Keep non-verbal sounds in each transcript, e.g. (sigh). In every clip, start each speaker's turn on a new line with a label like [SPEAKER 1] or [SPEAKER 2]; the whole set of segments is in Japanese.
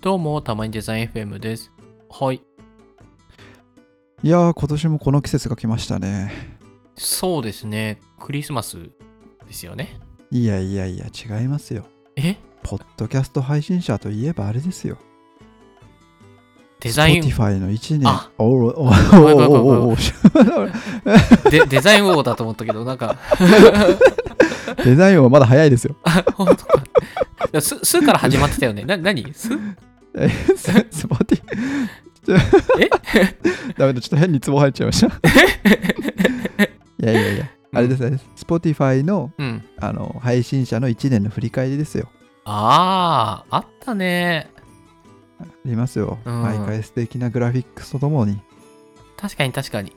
[SPEAKER 1] どうも、たまにデザイン FM です。はい。
[SPEAKER 2] いやー今年もこの季節が来ましたね
[SPEAKER 1] そうですね。クリスマスですよね。
[SPEAKER 2] いやいやいや違いますよ
[SPEAKER 1] え
[SPEAKER 2] ポッドキャスト配信者といえばあれですよ
[SPEAKER 1] デザイン、
[SPEAKER 2] Spotify の1年
[SPEAKER 1] あ
[SPEAKER 2] おろおお
[SPEAKER 1] い怖い怖い
[SPEAKER 2] おおお
[SPEAKER 1] デデザイン王だと思ったけど、なんか、 (laughs)
[SPEAKER 2] デザインはまだ早いですよ
[SPEAKER 1] 本当か。いやす、すから始まってたよね。な、なにす
[SPEAKER 2] えススポティ
[SPEAKER 1] え
[SPEAKER 2] ダメだちょっと変にツボ入っちゃいましたいやいやいやあれですあれです Spotify の
[SPEAKER 1] うん。
[SPEAKER 2] あの配信者の1年の振り返りですよ
[SPEAKER 1] あー、あったね。
[SPEAKER 2] ありますよ、
[SPEAKER 1] うん
[SPEAKER 2] 毎回素敵なグラフィックスとともに
[SPEAKER 1] 確かに確かに。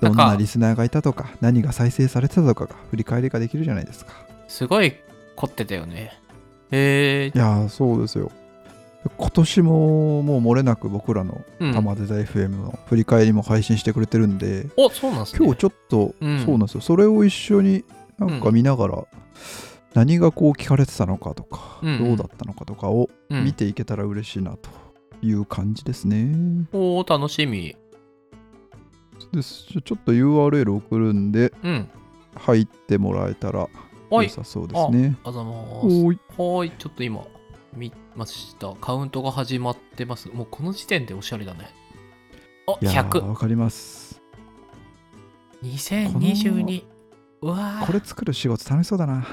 [SPEAKER 1] な
[SPEAKER 2] ど
[SPEAKER 1] ん
[SPEAKER 2] ん
[SPEAKER 1] か
[SPEAKER 2] なリスナーがいたとか何が再生されてたとかが振り返りができるじゃないですか
[SPEAKER 1] すごい凝ってたよね。え
[SPEAKER 2] い
[SPEAKER 1] ー、
[SPEAKER 2] やーそうですよ今年ももう漏れなく僕らの
[SPEAKER 1] う
[SPEAKER 2] 「た
[SPEAKER 1] ん。
[SPEAKER 2] まデザ FM」の振り返りも配信してくれてるんで、
[SPEAKER 1] お、そうなんすね。
[SPEAKER 2] 今日ちょっと、
[SPEAKER 1] うん
[SPEAKER 2] そうなんですよそれを一緒になんか見ながら、何がこう聞かれてたのかとか、
[SPEAKER 1] うん
[SPEAKER 2] どうだったのかとかを
[SPEAKER 1] う
[SPEAKER 2] 見
[SPEAKER 1] ん、
[SPEAKER 2] ていけたら嬉しいなという感じですね、
[SPEAKER 1] おー、楽しみ。
[SPEAKER 2] ですちょちょっと URL 送るんで
[SPEAKER 1] うん。
[SPEAKER 2] 入ってもらえたら
[SPEAKER 1] は
[SPEAKER 2] 良
[SPEAKER 1] い。
[SPEAKER 2] さそうですね
[SPEAKER 1] あざまーす。
[SPEAKER 2] おーい
[SPEAKER 1] はーい、ちょっと今、見ました。カウントが始まってます。もうこの時点でおしゃれだね。お、
[SPEAKER 2] いやー
[SPEAKER 1] 100。
[SPEAKER 2] わかります
[SPEAKER 1] 2022。うわー
[SPEAKER 2] これ作る仕事楽しそうだな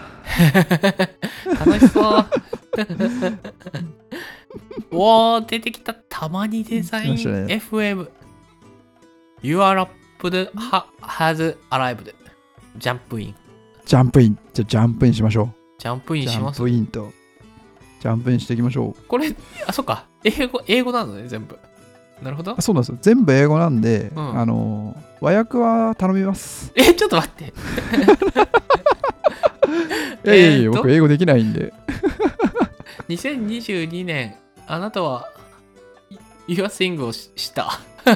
[SPEAKER 1] (laughs) 楽しそう。 (laughs) わー、出てきた。たまにデザイン
[SPEAKER 2] 来ましたね
[SPEAKER 1] FM。You are up the ha- has arrived. ジャンプイン。
[SPEAKER 2] ジャンプインじゃあジャンプインしましょう
[SPEAKER 1] ジャンプイン
[SPEAKER 2] ジ
[SPEAKER 1] し
[SPEAKER 2] ャ
[SPEAKER 1] ま
[SPEAKER 2] ン
[SPEAKER 1] す
[SPEAKER 2] プ。インとジャンプインしていきましょう
[SPEAKER 1] これ、あ、そっか。英語、英語なのね、全部。なるほ
[SPEAKER 2] (laughs)
[SPEAKER 1] ど
[SPEAKER 2] あ。そうなんですよ全部英語なんで、
[SPEAKER 1] うん
[SPEAKER 2] あのー和訳は頼みます
[SPEAKER 1] え、ちょっと待って。
[SPEAKER 2] いやいやい
[SPEAKER 1] え
[SPEAKER 2] や
[SPEAKER 1] ーと
[SPEAKER 2] 僕英語できないんで
[SPEAKER 1] 2022年あなたは Your Thing をしした (laughs) The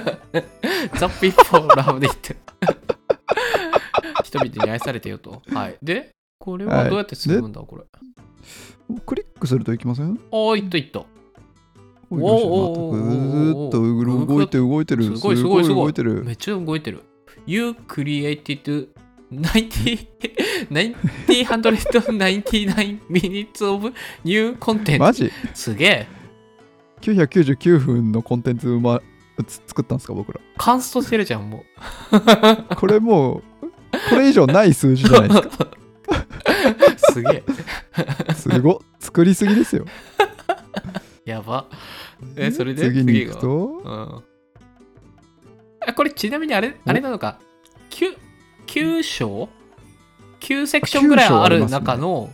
[SPEAKER 1] people loved it (laughs) 人々に愛されてよとはいでこれはどうやって進むんだ、これ
[SPEAKER 2] クリックするといきません
[SPEAKER 1] おーいっといっと
[SPEAKER 2] おいどうした
[SPEAKER 1] おーおーおー
[SPEAKER 2] 全くずーっと
[SPEAKER 1] お
[SPEAKER 2] う
[SPEAKER 1] ー
[SPEAKER 2] る動いてる動いてる
[SPEAKER 1] すごいすごいすごい
[SPEAKER 2] 動いてる
[SPEAKER 1] めっちゃ動いてる You created (laughs) 90 999 minutes of new content
[SPEAKER 2] マジ
[SPEAKER 1] すげえ
[SPEAKER 2] 999分のコンテンツ生まつ作ったんですか僕ら
[SPEAKER 1] カンストしてるじゃんもう
[SPEAKER 2] これもうこれ以上ない数字じゃないですか
[SPEAKER 1] すげえ (laughs)
[SPEAKER 2] すごっ作りすぎですよ
[SPEAKER 1] やばえそれで
[SPEAKER 2] 次に行く
[SPEAKER 1] 次
[SPEAKER 2] と
[SPEAKER 1] うんあこれちなみにあれあれなのか 9, 9章 ?9 セクションぐらいある中の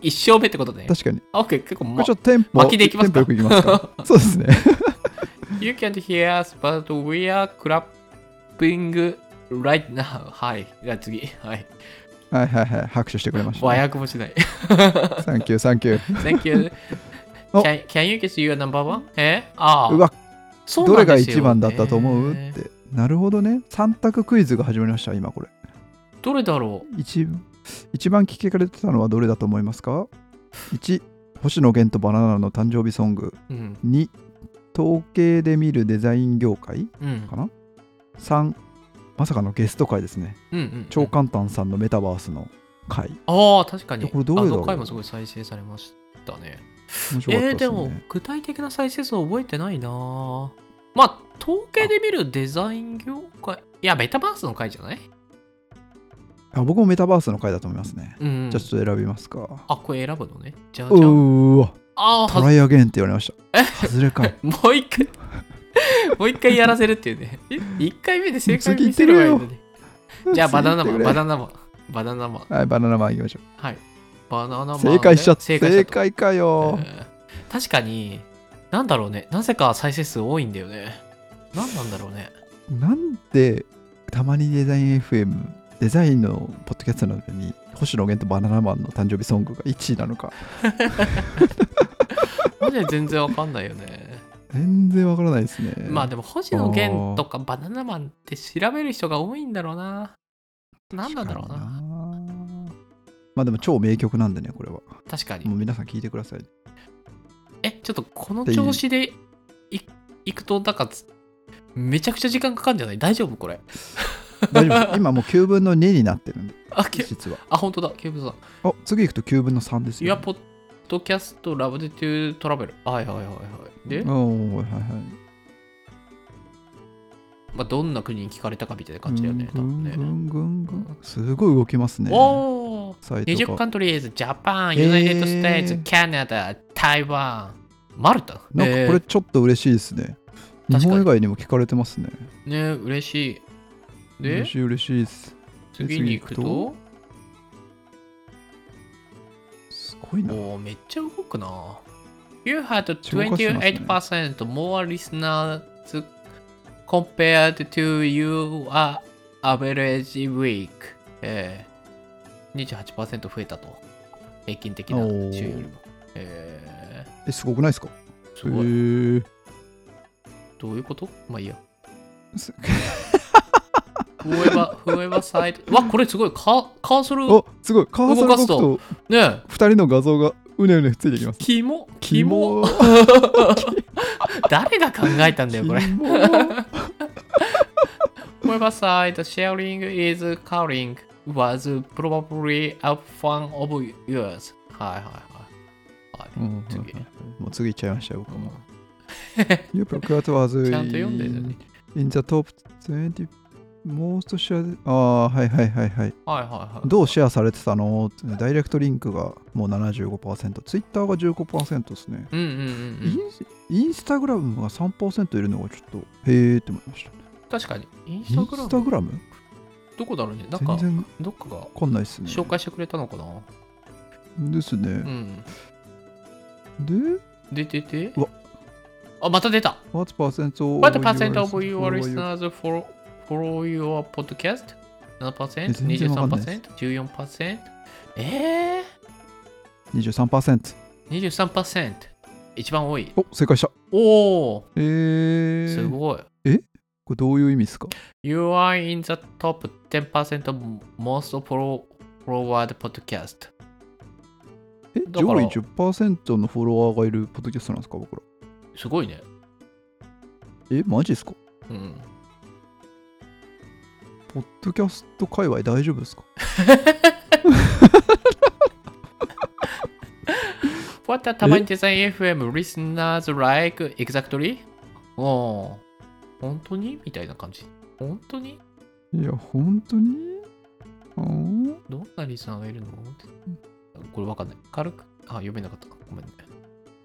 [SPEAKER 1] 1章目ってことね。
[SPEAKER 2] 確かに
[SPEAKER 1] あ、OK、結構、
[SPEAKER 2] こ
[SPEAKER 1] ま
[SPEAKER 2] れち、ょっとテンポ、
[SPEAKER 1] 巻きでいきます
[SPEAKER 2] テ
[SPEAKER 1] か
[SPEAKER 2] ンポよくいきますか。
[SPEAKER 1] (laughs)
[SPEAKER 2] そうですね。
[SPEAKER 1] You can't hear us, but we are clapping right now. はい。じゃあ次。はい。
[SPEAKER 2] はいはいはい。拍手してくれました、
[SPEAKER 1] 和訳もし
[SPEAKER 2] (laughs)
[SPEAKER 1] ない。
[SPEAKER 2] サンキュー、サンキュー。
[SPEAKER 1] Thank you.
[SPEAKER 2] お
[SPEAKER 1] Can, can you guess your number one? えああ。
[SPEAKER 2] うわ、
[SPEAKER 1] そう
[SPEAKER 2] ど
[SPEAKER 1] な
[SPEAKER 2] れ
[SPEAKER 1] んで
[SPEAKER 2] が
[SPEAKER 1] すよね
[SPEAKER 2] 一番だったと思うって。なるほどね。3択クイズが始まりました、今これ。
[SPEAKER 1] どれだろう
[SPEAKER 2] 一一番聞かれてたのはどれだと思いますか ?1、星野源とバナナの誕生日ソング。
[SPEAKER 1] うん。
[SPEAKER 2] 2、統計で見るデザイン業界
[SPEAKER 1] うん
[SPEAKER 2] か。な ?3、まさかのゲスト会ですね。
[SPEAKER 1] うんうん。
[SPEAKER 2] 超簡単さんのメタバースの会。
[SPEAKER 1] ああ、確かに。
[SPEAKER 2] いやこれどういう
[SPEAKER 1] あ
[SPEAKER 2] の
[SPEAKER 1] の回もすごい再生されましたね。
[SPEAKER 2] 面白かったです
[SPEAKER 1] え
[SPEAKER 2] ね。
[SPEAKER 1] ー、でも、具体的な再生数覚えてないなぁまあ、統計で見るデザイン業界。いや、メタバースの回じゃない
[SPEAKER 2] あ僕もメタバースの回だと思いますね。
[SPEAKER 1] うん。
[SPEAKER 2] じゃあちょっと選びますか。
[SPEAKER 1] あ、これ選ぶのね。じゃあ、
[SPEAKER 2] う
[SPEAKER 1] じゃあ。
[SPEAKER 2] ーわ、
[SPEAKER 1] ああ、
[SPEAKER 2] ト
[SPEAKER 1] は
[SPEAKER 2] ライアゲインって言われました。外れかい。
[SPEAKER 1] ずもう一回。 (laughs) もう一回やらせるっていうね。え一回目で正解
[SPEAKER 2] 次
[SPEAKER 1] 見
[SPEAKER 2] 行って
[SPEAKER 1] せ
[SPEAKER 2] る
[SPEAKER 1] れ
[SPEAKER 2] よ
[SPEAKER 1] ばいいの
[SPEAKER 2] (laughs)
[SPEAKER 1] に。 (laughs) じゃあ、バナナマン、バナ
[SPEAKER 2] ナ
[SPEAKER 1] ナマン、バナナマン。
[SPEAKER 2] はい、バナナマン行きましょ
[SPEAKER 1] はい。バナナマンね、
[SPEAKER 2] う。正解しちゃった。
[SPEAKER 1] 正
[SPEAKER 2] 正
[SPEAKER 1] 解しちゃった。
[SPEAKER 2] 解かよ。
[SPEAKER 1] えー確かに、なんだろうね。なぜか再生数多いんだよね。なんなんだろうね。
[SPEAKER 2] なんで、たまにデザイン FM、デザインのポッドキャストなのに、星野源とバナナマンの誕生日ソングが1位なのか、
[SPEAKER 1] マジで全然わかんないよね。
[SPEAKER 2] 全然わからないですね。
[SPEAKER 1] まあでも星野源とかバナナマンって調べる人が多いんだろうな。なんなんだろう
[SPEAKER 2] 確か
[SPEAKER 1] な。
[SPEAKER 2] にまあでも超名曲なんでね、これは。
[SPEAKER 1] 確かに。
[SPEAKER 2] もう皆さん聞いてください。
[SPEAKER 1] えちょっとこの調子でいいくとだからつめちゃくちゃ時間かかるんじゃない大丈夫これ
[SPEAKER 2] 大丈
[SPEAKER 1] (laughs)
[SPEAKER 2] 夫今もう9分の2になってるんで
[SPEAKER 1] あけ
[SPEAKER 2] 実は
[SPEAKER 1] あ本当だケーブルさん
[SPEAKER 2] あ次行くと9分の3です
[SPEAKER 1] いや
[SPEAKER 2] よ、
[SPEAKER 1] ポッドキャストラブデトゥートラベルはいはいはいはいで、
[SPEAKER 2] お
[SPEAKER 1] ま
[SPEAKER 2] ーはいはいはい
[SPEAKER 1] あ、どんな国に聞かれたかみたいな感じだよね多
[SPEAKER 2] ぐ
[SPEAKER 1] 分
[SPEAKER 2] んぐ
[SPEAKER 1] ね
[SPEAKER 2] んぐんぐんぐんすごい動きますね
[SPEAKER 1] おお
[SPEAKER 2] サイト
[SPEAKER 1] 20
[SPEAKER 2] が
[SPEAKER 1] カントリーズ、ジャパン、
[SPEAKER 2] えー
[SPEAKER 1] ユナイテッド・ステイツ、カナダ、台湾、マルタ。
[SPEAKER 2] なんかこれ
[SPEAKER 1] ね
[SPEAKER 2] ちょっと嬉しいですね、
[SPEAKER 1] 確かに
[SPEAKER 2] 日本以外にも聞かれてますね
[SPEAKER 1] えねえ嬉しい。で
[SPEAKER 2] 嬉、しい嬉しいです
[SPEAKER 1] 次に行くと、
[SPEAKER 2] 次行すごいな
[SPEAKER 1] おお、めっちゃ動くな。You had
[SPEAKER 2] 動かしてますね
[SPEAKER 1] 28% more listeners compared to your average week、えー。28%増えたと。平均的な
[SPEAKER 2] おー
[SPEAKER 1] 週よりも。え
[SPEAKER 2] えすごくないですか
[SPEAKER 1] ー、すごい。
[SPEAKER 2] へー
[SPEAKER 1] どういうことまあいいや。
[SPEAKER 2] す
[SPEAKER 1] フォーエバー、フォーエバーサイド。わ、これすごい。カカーソル。
[SPEAKER 2] あすごいカーソ
[SPEAKER 1] 動
[SPEAKER 2] ル
[SPEAKER 1] か
[SPEAKER 2] 動く
[SPEAKER 1] すと
[SPEAKER 2] と
[SPEAKER 1] ねえ。
[SPEAKER 2] 2人の画像がうねうねついてきます
[SPEAKER 1] キモ、
[SPEAKER 2] キ
[SPEAKER 1] キ
[SPEAKER 2] モ
[SPEAKER 1] モ。誰が考えたんだよ、これ。
[SPEAKER 2] キ
[SPEAKER 1] フ
[SPEAKER 2] モ
[SPEAKER 1] ォーエバーサイド、sharing is calling was probably a fan of yours. はいはいはい。はい、
[SPEAKER 2] うん
[SPEAKER 1] 次。
[SPEAKER 2] もう次行っちゃいましたよ僕も You procured was
[SPEAKER 1] ちゃんと読んでるのに。
[SPEAKER 2] in the top 20 most shared ああーはいはい
[SPEAKER 1] は
[SPEAKER 2] はいはい
[SPEAKER 1] いはいはい。
[SPEAKER 2] どうシェアされてたのってねダイレクトリンクがもう 75%Twitter が15%ですね、
[SPEAKER 1] うんうんうんうん。
[SPEAKER 2] インインスタグラムが3%いるのがちょっとへーって思いました
[SPEAKER 1] 確かに。インス
[SPEAKER 2] イ
[SPEAKER 1] タ
[SPEAKER 2] ン
[SPEAKER 1] グラ
[SPEAKER 2] ス
[SPEAKER 1] ム
[SPEAKER 2] タグラム
[SPEAKER 1] どこだろうね。なん
[SPEAKER 2] 全
[SPEAKER 1] か、
[SPEAKER 2] 然
[SPEAKER 1] どっかが
[SPEAKER 2] わかんないですね
[SPEAKER 1] 紹介してくれたのかな。
[SPEAKER 2] です
[SPEAKER 1] う
[SPEAKER 2] ね、
[SPEAKER 1] ん。
[SPEAKER 2] で
[SPEAKER 1] で、で、で
[SPEAKER 2] うわ。
[SPEAKER 1] あ、また出た。
[SPEAKER 2] What percent of
[SPEAKER 1] What percent of
[SPEAKER 2] your
[SPEAKER 1] your
[SPEAKER 2] listeners-
[SPEAKER 1] listeners follow, follow your podcast? 7%?
[SPEAKER 2] 全然わかんない
[SPEAKER 1] 23%? 14%? え
[SPEAKER 2] 23%
[SPEAKER 1] ぇ、ー、?23%? 一番多い。
[SPEAKER 2] お正解した
[SPEAKER 1] おお、
[SPEAKER 2] えー、
[SPEAKER 1] すごい。
[SPEAKER 2] これどういう意味ですか
[SPEAKER 1] You are in the top 10% most follow- forward podcast.
[SPEAKER 2] え
[SPEAKER 1] だ
[SPEAKER 2] 上
[SPEAKER 1] から
[SPEAKER 2] 位10%のフォロワーがいるポッドキャストなんですか僕ら
[SPEAKER 1] すごいね。
[SPEAKER 2] えマジですか
[SPEAKER 1] うん。
[SPEAKER 2] ポッドキャスト界隈大丈夫ですか
[SPEAKER 1] What are たまにデザイン FM listeners like exactly? おお、本当にみたいな感じ。本当に
[SPEAKER 2] いや本当にうん
[SPEAKER 1] どんなリスナーがいるのこれわかんない。軽く。あ、読めなかった。ごめんね。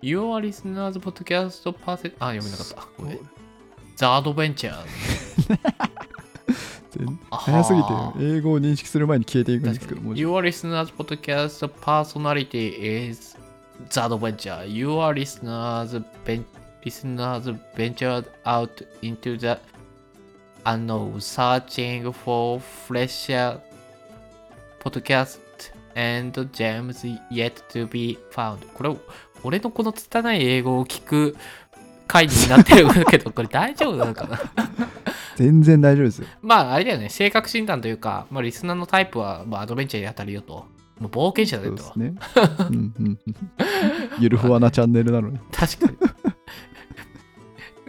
[SPEAKER 1] Your listeners podcast percent. あ、読めなかった。ごめん。The Adventure.
[SPEAKER 2] 全
[SPEAKER 1] あはー
[SPEAKER 2] 早すぎて英語を認識する前に消えていくんですけども
[SPEAKER 1] Your listeners podcast personality is The Adventure. Your listeners, ven- listeners ventured out into the unknown, searching for fresher podcast and gems yet to be found. これ、俺のこの拙い英語を聞く回になってるけど、これ大丈夫なのかな
[SPEAKER 2] 全然大丈夫ですよ
[SPEAKER 1] まあ、あれだよね、性格診断というか、まあ、リスナーのタイプは、まあ、アドベンチャーに当たるよと。もう冒険者だ
[SPEAKER 2] そ
[SPEAKER 1] よ
[SPEAKER 2] うで
[SPEAKER 1] と。
[SPEAKER 2] すねうんうんうんゆるふわなチャンネルなのに
[SPEAKER 1] 確か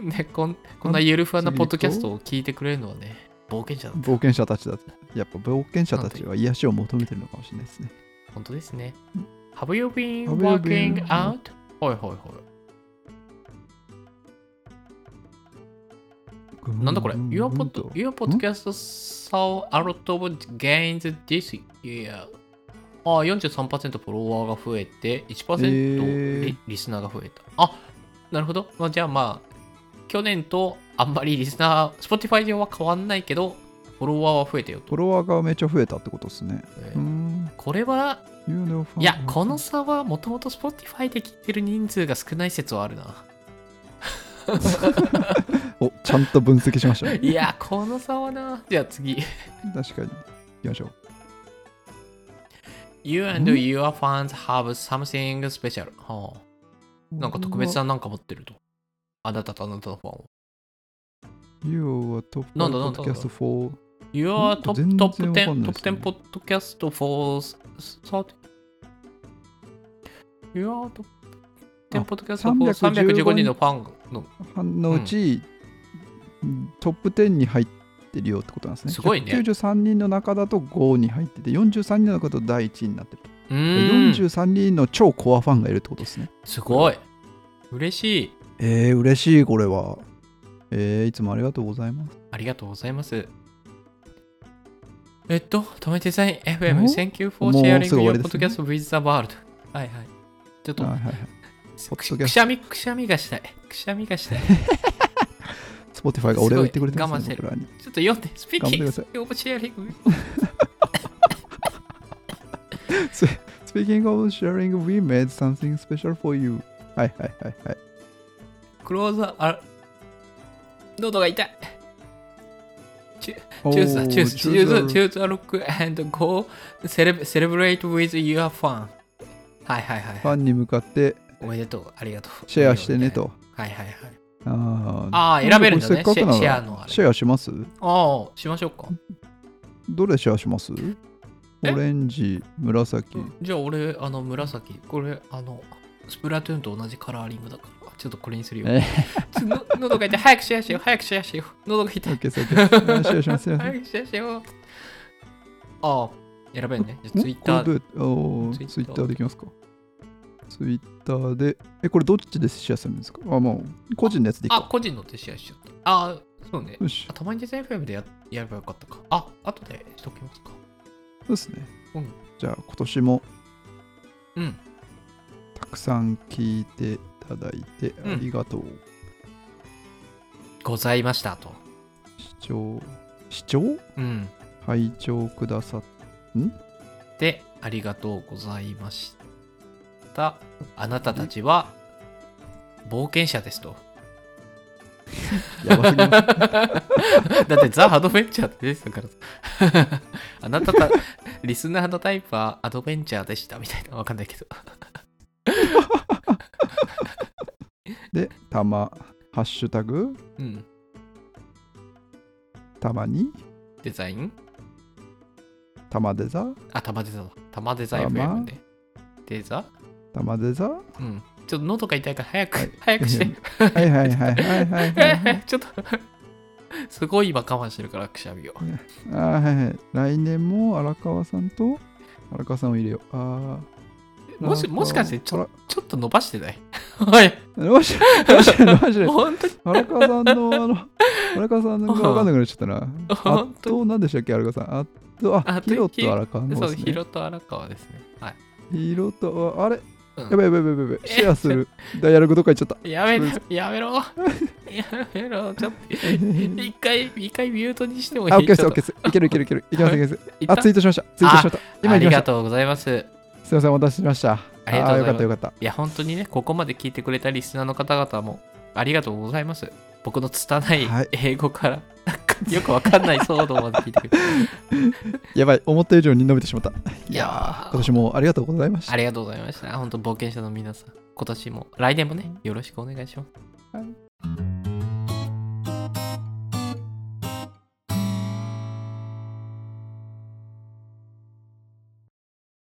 [SPEAKER 1] に。 (laughs) ね、こんこんなゆるふわなポッドキャストを聞いてくれるのはね、冒険者だ。
[SPEAKER 2] 冒険者たちだってやっぱ冒険者たちは癒しを求めてるのかもしれないですね
[SPEAKER 1] 本当ですね。Have you been
[SPEAKER 2] Have you
[SPEAKER 1] working
[SPEAKER 2] been-
[SPEAKER 1] out? はいはいはい。なんだこれ ?Your, pod, your podcast saw a lot of gains this year. ああ、43%フォロワーが増えて、1%
[SPEAKER 2] えー
[SPEAKER 1] リ,、リスナーが増えた。あなるほど。まあ、じゃあまあ、去年とあんまりリスナー、Spotify 上は変わんないけど、フォロワーは増えたよ
[SPEAKER 2] フォ
[SPEAKER 1] と。
[SPEAKER 2] ロワーがめっちゃ増えたってことですね
[SPEAKER 1] えー
[SPEAKER 2] うん
[SPEAKER 1] これは、
[SPEAKER 2] You know how-
[SPEAKER 1] いや、この差はもともと Spotify で聞いてる人数が少ない説はあるな。
[SPEAKER 2] おちゃんと分析しましたね
[SPEAKER 1] (laughs) いや、この差はな。じゃあ次。 (laughs)
[SPEAKER 2] 確かに行きましょう
[SPEAKER 1] You and your fans have something special. はあなんか特別ななんか持ってると。あなたとあなたのファンを。
[SPEAKER 2] You are top
[SPEAKER 1] なんだなんだ
[SPEAKER 2] podcast for
[SPEAKER 1] Your
[SPEAKER 2] ん
[SPEAKER 1] top,
[SPEAKER 2] 全然
[SPEAKER 1] top
[SPEAKER 2] わか
[SPEAKER 1] 10
[SPEAKER 2] んない
[SPEAKER 1] top
[SPEAKER 2] ですね
[SPEAKER 1] 10 podcast for s- s- sort- Your top 点ポッドキャスト315人のファンの、
[SPEAKER 2] のうち、トップ10に入ってるよってことなんですね。
[SPEAKER 1] すごいね
[SPEAKER 2] 93人の中だと5に入ってて、43人の中だと第1位になってる。
[SPEAKER 1] うーん、
[SPEAKER 2] 43人の超コアファンがいるってことですね。
[SPEAKER 1] すごい。嬉しい。
[SPEAKER 2] えー、嬉しい、これは。えー、いつもありがとうございます。
[SPEAKER 1] ありがとうございます。えっと、トメデザイン FM、
[SPEAKER 2] お
[SPEAKER 1] Thank you for
[SPEAKER 2] もうすぐ
[SPEAKER 1] sharing
[SPEAKER 2] 終
[SPEAKER 1] your
[SPEAKER 2] わりですね
[SPEAKER 1] podcast with the world。はいはい。ちょっと
[SPEAKER 2] はい、はいはい。
[SPEAKER 1] く
[SPEAKER 2] ポッ
[SPEAKER 1] し
[SPEAKER 2] ドキャスト
[SPEAKER 1] くしゃみ、くしゃみがしたい。くしゃみがしたい。
[SPEAKER 2] Spotify が俺を言ってくれて
[SPEAKER 1] すごい我
[SPEAKER 2] ま
[SPEAKER 1] 慢して
[SPEAKER 2] すね、
[SPEAKER 1] る
[SPEAKER 2] 僕らに。
[SPEAKER 1] ちょっと読んで、スピーキング、
[SPEAKER 2] 頑張ってください
[SPEAKER 1] Thank you for sharing。
[SPEAKER 2] Speaking of sharing, we made something special
[SPEAKER 1] (laughs)
[SPEAKER 2] for you. はいはいはいはい。
[SPEAKER 1] クローザー、あら、喉が痛い。
[SPEAKER 2] おー
[SPEAKER 1] choose, choose, choose,
[SPEAKER 2] choose
[SPEAKER 1] choose a look and go celeb- celebrate with your fan. はいはいはい
[SPEAKER 2] フ
[SPEAKER 1] は
[SPEAKER 2] ァ
[SPEAKER 1] い。
[SPEAKER 2] ンに向かって
[SPEAKER 1] おめでとう、ありがとう。
[SPEAKER 2] シェアしてね。と。
[SPEAKER 1] はいはいはい。
[SPEAKER 2] あー
[SPEAKER 1] ああ、選べるんだね。
[SPEAKER 2] これ
[SPEAKER 1] シ
[SPEAKER 2] せっ
[SPEAKER 1] ェ
[SPEAKER 2] かくなら
[SPEAKER 1] シェアのあれ。
[SPEAKER 2] シェアします
[SPEAKER 1] ああ、しましょうか。
[SPEAKER 2] どれシェアしますオ
[SPEAKER 1] え
[SPEAKER 2] レンジ、紫。
[SPEAKER 1] じゃあ俺、あの、紫。これ、あの、スプラトゥーンと同じカラーリングだから、ちょっとこれにするよ。
[SPEAKER 2] え
[SPEAKER 1] つの喉が痛い。早くシェアしよう。早くシェアしよう。喉が痛い。
[SPEAKER 2] OK、そう OK シェアします。シェアします
[SPEAKER 1] 早くシェアしよう。ああ、選べるね。じゃ
[SPEAKER 2] ん
[SPEAKER 1] あツイッタ
[SPEAKER 2] こ
[SPEAKER 1] ー。
[SPEAKER 2] れどうやってあーツイ
[SPEAKER 1] Twitter
[SPEAKER 2] ッターできますかツイッターで。え、これどっちでシェアするんですかあ、もう個人のやつでいい
[SPEAKER 1] あ、
[SPEAKER 2] か。
[SPEAKER 1] 個人のってシェアしちゃった。ああ、そうね。
[SPEAKER 2] よし
[SPEAKER 1] あ、。たまにデザイン FM でややればよかったか。あ、後でしときますか。
[SPEAKER 2] そうですね。
[SPEAKER 1] うん
[SPEAKER 2] じゃあ今年も
[SPEAKER 1] うん。
[SPEAKER 2] たくさん聞いていただいて
[SPEAKER 1] うん
[SPEAKER 2] ありがとう。
[SPEAKER 1] ございましたと。
[SPEAKER 2] 視聴、視聴
[SPEAKER 1] うん。
[SPEAKER 2] 拝聴くださっ
[SPEAKER 1] で、ありがとうございました。あなたたちは冒険者ですと。 (laughs)
[SPEAKER 2] やばすぎます
[SPEAKER 1] だってザ・アドベンチャーって出てたからさ (laughs) あなたた、リスナーのタイプはアドベンチャーでしたみたいな、わかんないけど。
[SPEAKER 2] で、たま、ハッシュタグ、
[SPEAKER 1] うん。
[SPEAKER 2] たまに、
[SPEAKER 1] デザイン
[SPEAKER 2] たまデザ、
[SPEAKER 1] あ、玉デザだ。玉デザ
[SPEAKER 2] 玉
[SPEAKER 1] FM で。デザ
[SPEAKER 2] たまデザ。は
[SPEAKER 1] うん。ちょっと喉が痛いから早く、
[SPEAKER 2] はい
[SPEAKER 1] 早くして。
[SPEAKER 2] (laughs) いはいはいはいはいはいはい。
[SPEAKER 1] (laughs) ちょっと、すごい今我慢してるから、くしゃみを。
[SPEAKER 2] あーはいはい。来年も荒川さんと、荒川さんを入れよう。あー
[SPEAKER 1] もしもしかして
[SPEAKER 2] 荒
[SPEAKER 1] ちょっと伸ばしてない (laughs) おい、
[SPEAKER 2] 川もしもしもし
[SPEAKER 1] 本当に。
[SPEAKER 2] 荒川さんの、あの、荒川さんが分かんなくなっちゃった
[SPEAKER 1] (laughs)
[SPEAKER 2] な。あ
[SPEAKER 1] 本当
[SPEAKER 2] と、なんでしたっけ、荒川さん。あと、あ
[SPEAKER 1] あ、と
[SPEAKER 2] ヒロと荒川の
[SPEAKER 1] そ
[SPEAKER 2] 方
[SPEAKER 1] う、
[SPEAKER 2] です
[SPEAKER 1] ヒ
[SPEAKER 2] ね。
[SPEAKER 1] ロと荒川ですね。は
[SPEAKER 2] ヒロと、ああれ
[SPEAKER 1] うん
[SPEAKER 2] やばいやばいやばいやばい。シェアする。ダイアログどっか行っ
[SPEAKER 1] (laughs)
[SPEAKER 2] ちゃった。
[SPEAKER 1] い。やめろ、や
[SPEAKER 2] (laughs)
[SPEAKER 1] めろ。やめろ、ちょっと。一回、一回ミュートにしてもいい
[SPEAKER 2] あ、オッケーです、
[SPEAKER 1] ちょ
[SPEAKER 2] オ
[SPEAKER 1] っと
[SPEAKER 2] ッケーです。いけるいけるいける。いけますいけます。
[SPEAKER 1] 一旦
[SPEAKER 2] あ、ツイートしました。ツイートしました。今
[SPEAKER 1] あ
[SPEAKER 2] 行き
[SPEAKER 1] り
[SPEAKER 2] まし
[SPEAKER 1] が
[SPEAKER 2] た。
[SPEAKER 1] とうございます。
[SPEAKER 2] すいません、お待たせしました。
[SPEAKER 1] ありがとうございます
[SPEAKER 2] あーよかったよかった。
[SPEAKER 1] いや、本当にね、ここまで聞いてくれたリスナーの方々もありがとうございます。僕の拙い
[SPEAKER 2] はい
[SPEAKER 1] 英語から、 (laughs) なんかよくわかんない騒動まで聞いてく
[SPEAKER 2] (laughs)
[SPEAKER 1] れて。
[SPEAKER 2] やばい、思った以上に伸びてしまった。い
[SPEAKER 1] いや
[SPEAKER 2] やー、
[SPEAKER 1] ー
[SPEAKER 2] 今年もありがとうございました。
[SPEAKER 1] ありがとうございました。本当冒険者の皆さん、今年も、来年もね、よろしくお願いします。